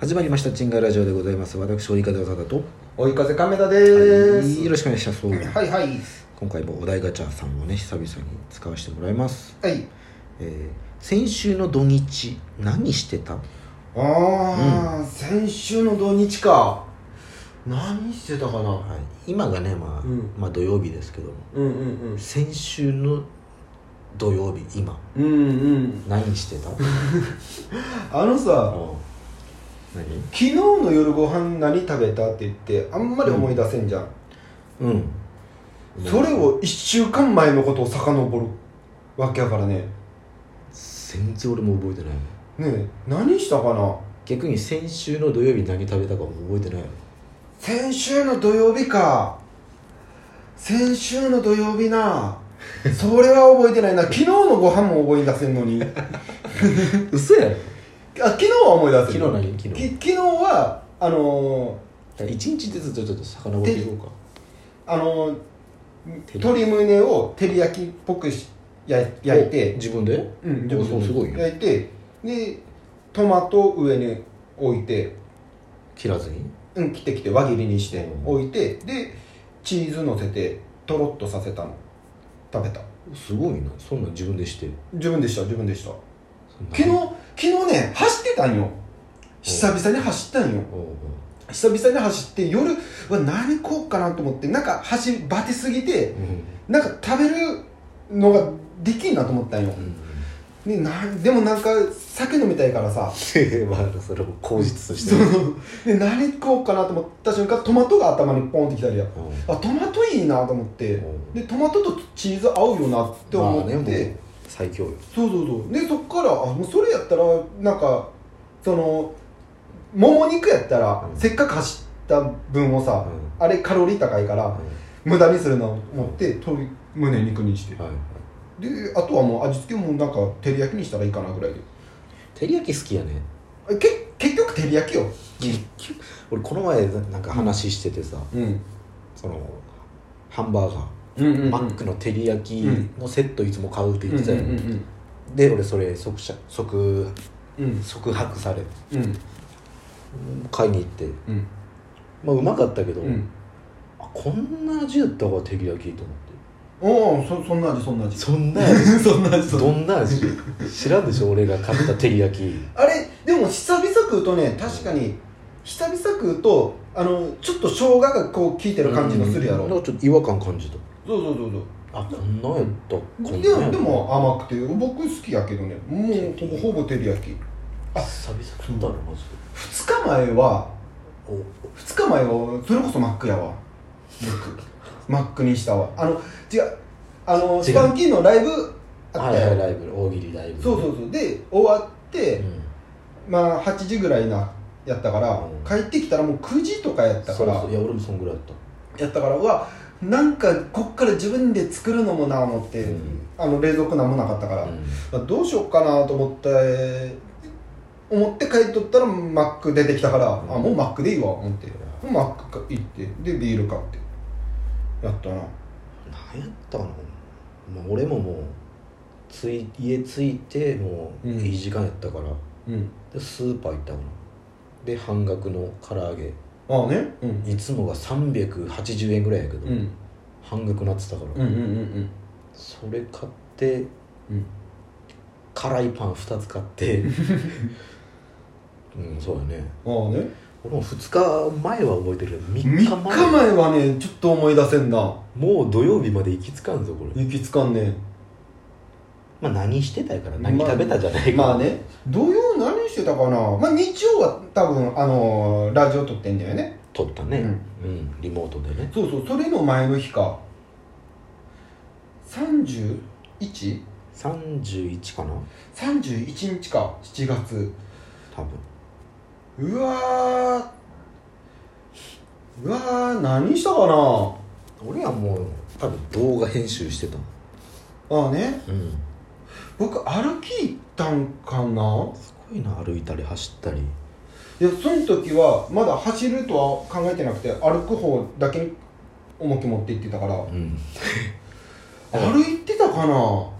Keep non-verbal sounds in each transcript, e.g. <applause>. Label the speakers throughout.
Speaker 1: 始まりました「チンガイラジオ」でございます私折り方だと
Speaker 2: 追い風亀田で
Speaker 1: はいよ
Speaker 2: す
Speaker 1: ろしくお願いします、
Speaker 2: はいはい
Speaker 1: 今回もお題ガチャさんをね久々に使わせてもらいます、
Speaker 2: はい
Speaker 1: えー先週の土日何してた
Speaker 2: ああ、先週の土日か何してたかな
Speaker 1: はい今がね、まあ
Speaker 2: うん
Speaker 1: まあ土曜日ですけども
Speaker 2: うんうん
Speaker 1: 先週の土曜日今
Speaker 2: うんうんうん
Speaker 1: 何してた
Speaker 2: あの
Speaker 1: あ
Speaker 2: さ
Speaker 1: の何
Speaker 2: 昨日の夜ご飯何食べたって言ってあんまり思い出せんじゃん、
Speaker 1: うん
Speaker 2: それを1週間前のことを遡るわけやからね
Speaker 1: 全然俺も覚えてないもん
Speaker 2: ねえ何したかな
Speaker 1: 逆に先週の土曜日何食べたかも覚えてないよ
Speaker 2: 先週の土曜日か先週の土曜日なそれは覚え
Speaker 1: <laughs>
Speaker 2: てないな昨日のご飯も覚え出せんのにあ
Speaker 1: 嘘やろ
Speaker 2: 昨日は思い出せる
Speaker 1: 昨日何昨日
Speaker 2: き昨日はあの
Speaker 1: 一日ずつちょっと遡っていこうか
Speaker 2: ー、あのー
Speaker 1: 照り
Speaker 2: 鶏胸を照り焼きっぽくしや焼い
Speaker 1: お
Speaker 2: て
Speaker 1: 自分で
Speaker 2: うん
Speaker 1: おそうすごいよ
Speaker 2: 焼いてでトマトを上に置いて
Speaker 1: 切らずに
Speaker 2: うん切ってきて輪切りにして
Speaker 1: うん
Speaker 2: 置いてでチーズ乗せてとろっとさせたの食べた
Speaker 1: すごいなそんなん自分でして
Speaker 2: 自分でした自分でした
Speaker 1: そんな
Speaker 2: 昨日昨日ね走ってたんよ久々に走ったんよ
Speaker 1: おうおう
Speaker 2: 久々に走って夜は何食おうかなと思ってなんか走りバテすぎて
Speaker 1: うん
Speaker 2: なんか食べるのができんなと思ったんよでなんでもなんか酒飲みたいからさ <laughs>
Speaker 1: うん <laughs> まあそれも口実として
Speaker 2: そので何食おうかなと思った瞬間トマトが頭にポンってきたりや
Speaker 1: うん
Speaker 2: あトマトいいなと思って
Speaker 1: うん
Speaker 2: でトマトとチーズ合うよなって思って、
Speaker 1: まあねもう最強よ
Speaker 2: そうそうそうでそっからあもうそれやったらなんかそのもも肉やったら、
Speaker 1: うん
Speaker 2: せっかく走った分をさ、
Speaker 1: う
Speaker 2: あれカロリー高いから無駄にするなと思って鶏胸肉にして
Speaker 1: はい
Speaker 2: であとはもう味付けもなんか照り焼きにしたらいいかなぐらいで
Speaker 1: 照り焼き好きやね
Speaker 2: えけ結局照り焼きよ
Speaker 1: 俺この前なんか話しててさ
Speaker 2: うん
Speaker 1: そのハンバーガ
Speaker 2: うんうんう
Speaker 1: ー
Speaker 2: ん
Speaker 1: マックの照り焼きのセットいつも買うって
Speaker 2: うん
Speaker 1: 言ってたよ
Speaker 2: うん
Speaker 1: で俺それ即写即
Speaker 2: うん
Speaker 1: 即泊され
Speaker 2: うん
Speaker 1: 買いに行って
Speaker 2: うん
Speaker 1: まあうまかったけど、
Speaker 2: うん
Speaker 1: あこんな味やった方が照り焼きと思って
Speaker 2: おおそそんな味そんな味
Speaker 1: <laughs> そんな味
Speaker 2: そんな味そんな
Speaker 1: どんな味知らんでしょ俺が買った照り焼き
Speaker 2: あれでも久々食うとね確かに久々食うとあのちょっと生姜がこう効いてる感じのするやろ、
Speaker 1: うん
Speaker 2: そ
Speaker 1: な
Speaker 2: うん
Speaker 1: かちょっと違和感感じた
Speaker 2: そうそうそう
Speaker 1: あこんなんやったこん
Speaker 2: で
Speaker 1: なんやった
Speaker 2: でも甘くて僕好きやけどねもうほぼほぼ照り焼きあ
Speaker 1: 久々食ったのマジで
Speaker 2: 2日前は
Speaker 1: おお
Speaker 2: 2日前はそれこそマックやわマックマックにしたわあの違うあのスパンキーのライブあっ
Speaker 1: は
Speaker 2: た
Speaker 1: い
Speaker 2: よ、
Speaker 1: はいライブ大喜利ライブ
Speaker 2: そうそうそうで終わって、
Speaker 1: うん
Speaker 2: まあ8時ぐらいなやったから、
Speaker 1: うん
Speaker 2: 帰ってきたらもう9時とかやった
Speaker 1: そ
Speaker 2: か
Speaker 1: う
Speaker 2: ら
Speaker 1: そういや俺もそんぐらいやった
Speaker 2: やったからうわなんかこっから自分で作るのもな思って、
Speaker 1: うん
Speaker 2: あの冷蔵庫なんもなかったから、
Speaker 1: うん
Speaker 2: まあどうしようかなと思って思って帰っとったらマック出てきたから、
Speaker 1: うん
Speaker 2: あもうマックでいいわ思ってマックか行ってでビール買ってやったな
Speaker 1: 何やったの、まあ、俺ももうつい家着いてもう
Speaker 2: うん
Speaker 1: いい時間やったから、
Speaker 2: うん
Speaker 1: でスーパー行ったかなで半額の唐揚げ
Speaker 2: ああねうん
Speaker 1: いつもが380円ぐらいやけど、
Speaker 2: うん
Speaker 1: 半額なってたから、
Speaker 2: うんうんうん
Speaker 1: それ買って
Speaker 2: うん
Speaker 1: 辛いパン2つ買って
Speaker 2: <laughs>
Speaker 1: うんそうだね
Speaker 2: ああね
Speaker 1: 俺も2日前は覚えてるけど3
Speaker 2: 3
Speaker 1: 日
Speaker 2: 日
Speaker 1: 前
Speaker 2: 前はねちょっと思い出せんな
Speaker 1: もう土曜日まで行きつかんぞこれ
Speaker 2: 行きつかんね
Speaker 1: まあ何してたやから何食べたじゃないから、
Speaker 2: まあね土曜何してたかなまあ日曜は多分あのーラジオ撮ってんだよね
Speaker 1: 撮ったね、うんリモートでね
Speaker 2: そうそうそれの前の日か 31?31
Speaker 1: 31かな
Speaker 2: 日か7月
Speaker 1: 多分
Speaker 2: うわーうわー何したかな
Speaker 1: 俺はもう多分動画編集してた
Speaker 2: ああね
Speaker 1: うん
Speaker 2: 僕歩き行ったんかな
Speaker 1: すごいな歩いたり走ったり
Speaker 2: いやその時はまだ走るとは考えてなくて歩く方だけに重き持って行ってたから
Speaker 1: うん
Speaker 2: 歩いてたかな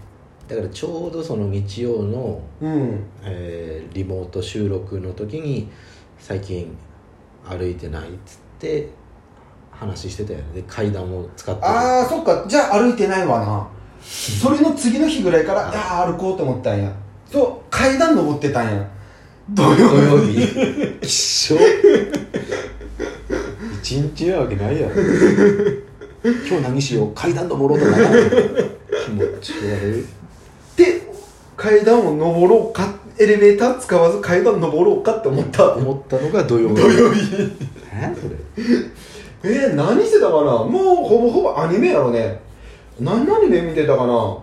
Speaker 1: だからちょうどその日曜の、
Speaker 2: うん
Speaker 1: えーリモート収録の時に最近歩いてないっつって話してたよねで階段を使ってる
Speaker 2: ああそっかじゃあ歩いてないわなそれの次の日ぐらいから
Speaker 1: はい
Speaker 2: ああ歩こうと思ったんやそう階段登ってたんや土曜
Speaker 1: 土曜
Speaker 2: 日 <laughs>
Speaker 1: 日一緒一日やわけないやろ今日何しよう階段登ろうとかなる気持ち悪い
Speaker 2: で階段を登ろうかエレベーター使わず階段登ろうかって思った
Speaker 1: 思ったのが土曜日
Speaker 2: 土曜日
Speaker 1: 何それ
Speaker 2: えー、何してたかなもうほぼほぼアニメやろね何のアニメ見てたかな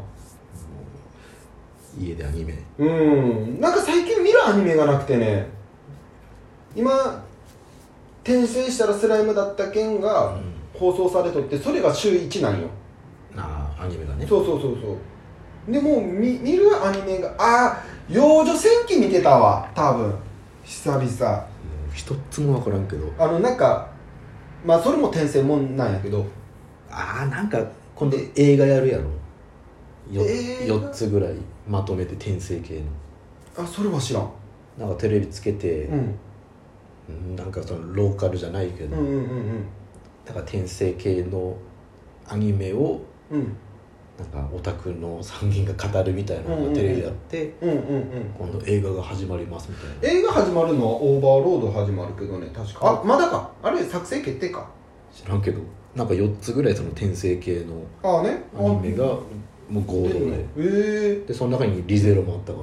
Speaker 1: 家でアニメ
Speaker 2: うんなんか最近見るアニメがなくてね今転生したらスライムだった件が放送されとってそれが週1なんよ
Speaker 1: ああアニメがね
Speaker 2: そうそうそうそうでもう見見るアニメがあー幼女戦記見てたわ多分久々
Speaker 1: もう一つも分からんけど
Speaker 2: あのなんかまあそれも転生もんなんやけど
Speaker 1: ああなんか今度映画やるやろよ
Speaker 2: 映画
Speaker 1: 4つぐらいまとめて転生系
Speaker 2: あそれは知らん
Speaker 1: のなんかテレビつけて
Speaker 2: う、ん
Speaker 1: うんなんかそのローカルじゃないけ
Speaker 2: う
Speaker 1: ど、
Speaker 2: んうんうん
Speaker 1: だから転生系のアニメを
Speaker 2: うんうん
Speaker 1: なんかオタクの3人が語るみたいな
Speaker 2: うんうん
Speaker 1: の
Speaker 2: う
Speaker 1: が
Speaker 2: ん
Speaker 1: テレビでやって、
Speaker 2: うんうんうん
Speaker 1: 今度映画が始まりますみたいな
Speaker 2: 映画始まるのはオーバーロード始まるけどね確かあまだかあれ作成決定か
Speaker 1: 知らんけどなんか4つぐらいその転生系の
Speaker 2: ああねあ
Speaker 1: アニメがもう合同
Speaker 2: 出るの
Speaker 1: で
Speaker 2: え
Speaker 1: でその中にリゼロもあったか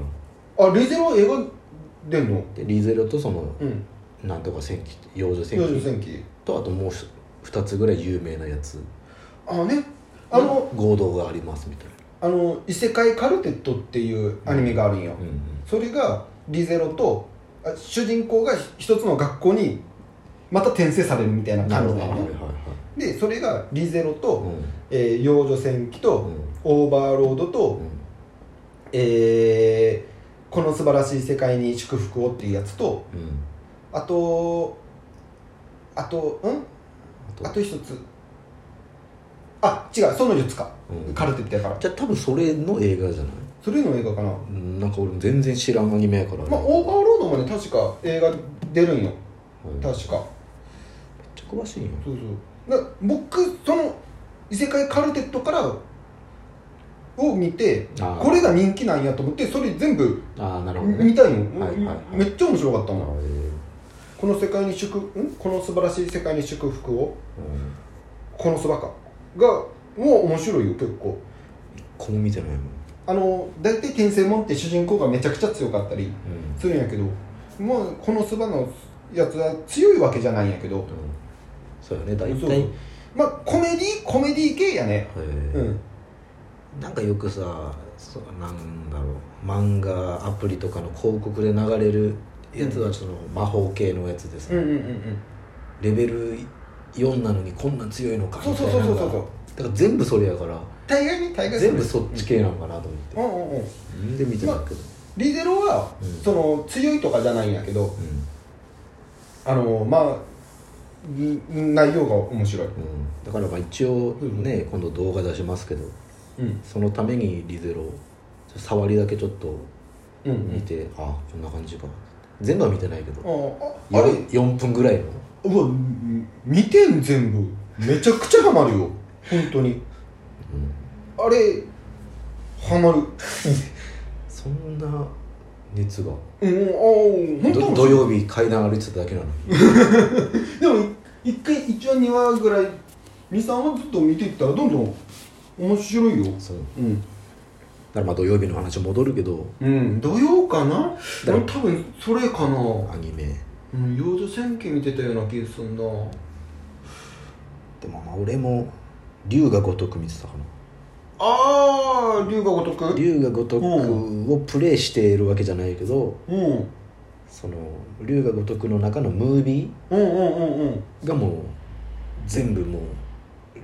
Speaker 1: ら
Speaker 2: えあリゼロ映画出んの
Speaker 1: でリゼロとその
Speaker 2: うん
Speaker 1: なんとか戦記幼女戦
Speaker 2: 幼女
Speaker 1: 記
Speaker 2: 戦記
Speaker 1: とあともう2つぐらい有名なやつ
Speaker 2: ああねあの、
Speaker 1: 合同がありますみたい
Speaker 2: あの「異世界カルテット」っていうアニメがあるんよ
Speaker 1: な、うんうん
Speaker 2: それがリゼロとあ主人公が一つの学校にまた転生されるみたいな
Speaker 1: なるほ
Speaker 2: 感じ
Speaker 1: どは
Speaker 2: だ
Speaker 1: い
Speaker 2: よ
Speaker 1: はい
Speaker 2: ねでそれがリゼロ
Speaker 1: はい、
Speaker 2: と、えー幼女戦記と、
Speaker 1: うんうん
Speaker 2: オーバーロード
Speaker 1: う
Speaker 2: と、
Speaker 1: ん
Speaker 2: えーこの素晴らしい世界に祝福をっていうやつと
Speaker 1: うん
Speaker 2: あとあとうん
Speaker 1: あと
Speaker 2: あと一つあ違うその4つか
Speaker 1: うん
Speaker 2: カルテットやから
Speaker 1: じゃあ多分それの映画じゃない
Speaker 2: それの映画かな
Speaker 1: うんなんか俺も全然知らんアニメやから、
Speaker 2: まあ、オーバーロードもね確か映画出るんよ
Speaker 1: うんめっ
Speaker 2: 確か
Speaker 1: ちゃ詳しいよ
Speaker 2: そうそうだ僕その異世界カルテットからを見て
Speaker 1: あー
Speaker 2: これが人気なんやと思ってそれ全部
Speaker 1: あーなるほどね
Speaker 2: 見たいの、
Speaker 1: はいはいはい
Speaker 2: めっちゃ面白かった
Speaker 1: あ
Speaker 2: もん
Speaker 1: ーえ
Speaker 2: この世界に祝んこの素晴らしい世界に祝福を
Speaker 1: ーうん
Speaker 2: このそばかがもう面白いよ結構
Speaker 1: こう見てないもん、
Speaker 2: あの大体転生もんって主人公がめちゃくちゃ強かったりするんやけどまあこのそばのやつは強いわけじゃないんやけど、
Speaker 1: うんそうやね大
Speaker 2: そう
Speaker 1: 体
Speaker 2: そうまあコメディコメディ系やね
Speaker 1: えー
Speaker 2: うん
Speaker 1: なんかよくさそうなんだろう漫画アプリとかの広告で流れるやつはその魔法系のやつでさ、
Speaker 2: うんうんうんうん
Speaker 1: レベル4なのにこんな強いのか
Speaker 2: そう
Speaker 1: みた
Speaker 2: そ
Speaker 1: いうな
Speaker 2: そうそ
Speaker 1: の
Speaker 2: うそう
Speaker 1: が
Speaker 2: そう
Speaker 1: だから全部それやから
Speaker 2: 大概ね大概
Speaker 1: 全部そっち系なのかなと思
Speaker 2: う
Speaker 1: っ
Speaker 2: んうんうん
Speaker 1: てで見てたけど、
Speaker 2: リゼロは、
Speaker 1: うん
Speaker 2: その強いとかじゃないんやけどあのまあん内容が面白い
Speaker 1: うんうん、だからまあ一応ね、今度動画出しますけど
Speaker 2: うん
Speaker 1: そのためにリゼロ触りだけちょっと
Speaker 2: うんう
Speaker 1: 見
Speaker 2: ん
Speaker 1: て、あこんな感じか全部は見てないけど、
Speaker 2: ああ
Speaker 1: よ
Speaker 2: あれ
Speaker 1: 4分ぐらいの
Speaker 2: うわん見てん全部めちゃくちゃハマるよ本当に
Speaker 1: うん
Speaker 2: あれハマる
Speaker 1: そんな熱が
Speaker 2: うんああ本
Speaker 1: ど
Speaker 2: 当
Speaker 1: 土曜日階段歩いてただけなのに
Speaker 2: でも一回一話二話ぐらい二三話ずっと見ていったらどんどん面白いよ
Speaker 1: そうだ
Speaker 2: うん、
Speaker 1: からまあ土曜日の話戻るけど
Speaker 2: うん、土曜かな
Speaker 1: だから
Speaker 2: 俺多分それかな、
Speaker 1: アニメ
Speaker 2: うん、幼女戦記見てたような気がすんな
Speaker 1: でもまあ俺も龍が如く見てたかな
Speaker 2: ああ龍が如く
Speaker 1: 龍が如くをプレイしているわけじゃないけど
Speaker 2: うんうん
Speaker 1: その龍が如くの中のムービ
Speaker 2: うんうんうん
Speaker 1: ーがもう全部もう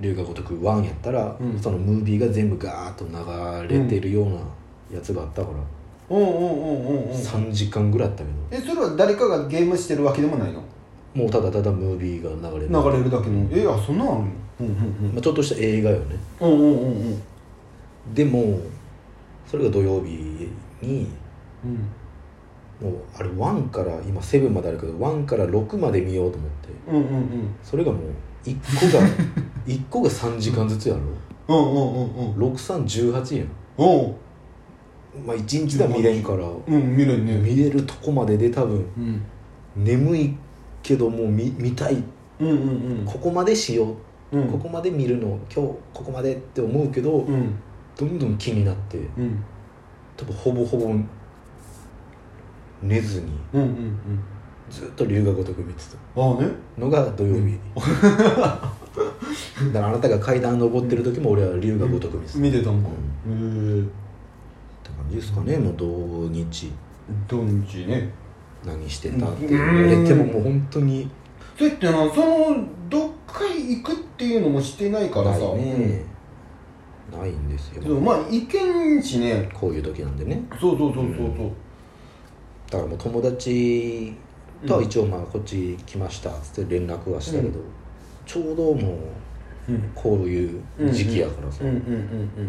Speaker 1: 龍が如く1やったら、
Speaker 2: うん
Speaker 1: そのムービーが全部ガーッと流れてるようなやつがあったから、
Speaker 2: うんうんうんうんうん
Speaker 1: 3時間ぐらいあったけど
Speaker 2: えそれは誰かがゲームしてるわけでもないの
Speaker 1: もうただただムービーが流れる
Speaker 2: 流れるだけのえあそんなんあるのうんうん
Speaker 1: まあ、ちょっとした映画よね
Speaker 2: うんうんうんうんうん
Speaker 1: でもそれが土曜日に
Speaker 2: うん
Speaker 1: もうあれ1から今7まであるけど1から6まで見ようと思って
Speaker 2: うんうんうん
Speaker 1: それがもう1個が1
Speaker 2: <laughs>
Speaker 1: 個が3時間ずつやろ
Speaker 2: うんうんうんうん
Speaker 1: 6318やん
Speaker 2: おう
Speaker 1: まあ1日では見れんから
Speaker 2: うん見るね
Speaker 1: 見れるとこまでで多分
Speaker 2: うん
Speaker 1: 眠いけどもう見見たい
Speaker 2: うんうん
Speaker 1: ここまでしよう
Speaker 2: うん
Speaker 1: ここまで見るの今日ここまでって思うけど
Speaker 2: うん
Speaker 1: どんどん気になって
Speaker 2: うん
Speaker 1: 多分ほぼほぼ寝ずに
Speaker 2: うんうん
Speaker 1: ずっと龍が如く見てた
Speaker 2: うんああね
Speaker 1: のが土曜日にだからあなたが階段登ってる時も俺は龍が如く見てた、
Speaker 2: 見てたん
Speaker 1: う
Speaker 2: か
Speaker 1: んっ
Speaker 2: へえ
Speaker 1: て感じですかねもう土日
Speaker 2: 土日ね
Speaker 1: 何してたって言われても
Speaker 2: うん
Speaker 1: もう本当に
Speaker 2: それってなそのどっかへ行くっていうのもしてないから
Speaker 1: な
Speaker 2: さ
Speaker 1: いね、ないんです
Speaker 2: うんそう
Speaker 1: よ
Speaker 2: まあ行けんしね
Speaker 1: こういう時なんでね
Speaker 2: そうそうそうそうそう
Speaker 1: だからもう友達とは
Speaker 2: うん
Speaker 1: 一応まあこっち来ましたっつって連絡はしたけど、
Speaker 2: う
Speaker 1: ちょうどもう
Speaker 2: うん
Speaker 1: こういう時期やからさ、
Speaker 2: うんうん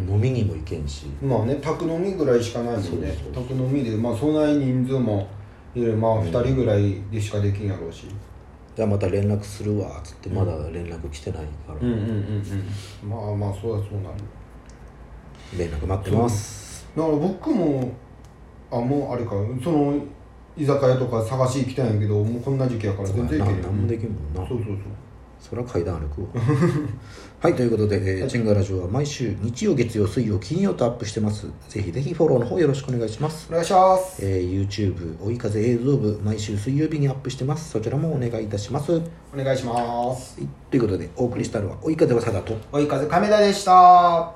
Speaker 2: うん
Speaker 1: 飲みにも行けんし、
Speaker 2: うんまあね宅飲みぐらいしかないもんね
Speaker 1: そうそう
Speaker 2: 宅飲みでまあそんない人数もいるまあ
Speaker 1: うん
Speaker 2: 2人ぐらいでしかできんやろうし
Speaker 1: じゃあまた連絡するわっつってまだ連絡来てないから、
Speaker 2: うんうんまあまあそうだそうなる
Speaker 1: 連絡待ってます
Speaker 2: だから僕もあもうあれかその居酒屋とか探し行きたいんやけどもうこんな時期やから
Speaker 1: そう
Speaker 2: 全然
Speaker 1: や
Speaker 2: 行
Speaker 1: な
Speaker 2: けない
Speaker 1: 何もできんもんな、
Speaker 2: そうそうそう
Speaker 1: そりゃ階段歩くわ <laughs> はいということで、えーチェンガラジオは毎週日曜月曜水曜金曜とアップしてますぜひぜひフォローの方よろしくお願いします
Speaker 2: お願いします
Speaker 1: えー YouTube 追い風映像部毎週水曜日にアップしてますそちらもお願いいたしますはい
Speaker 2: お願いします
Speaker 1: ということでお送りしたのは追い風はさだと
Speaker 2: 追い風亀田でした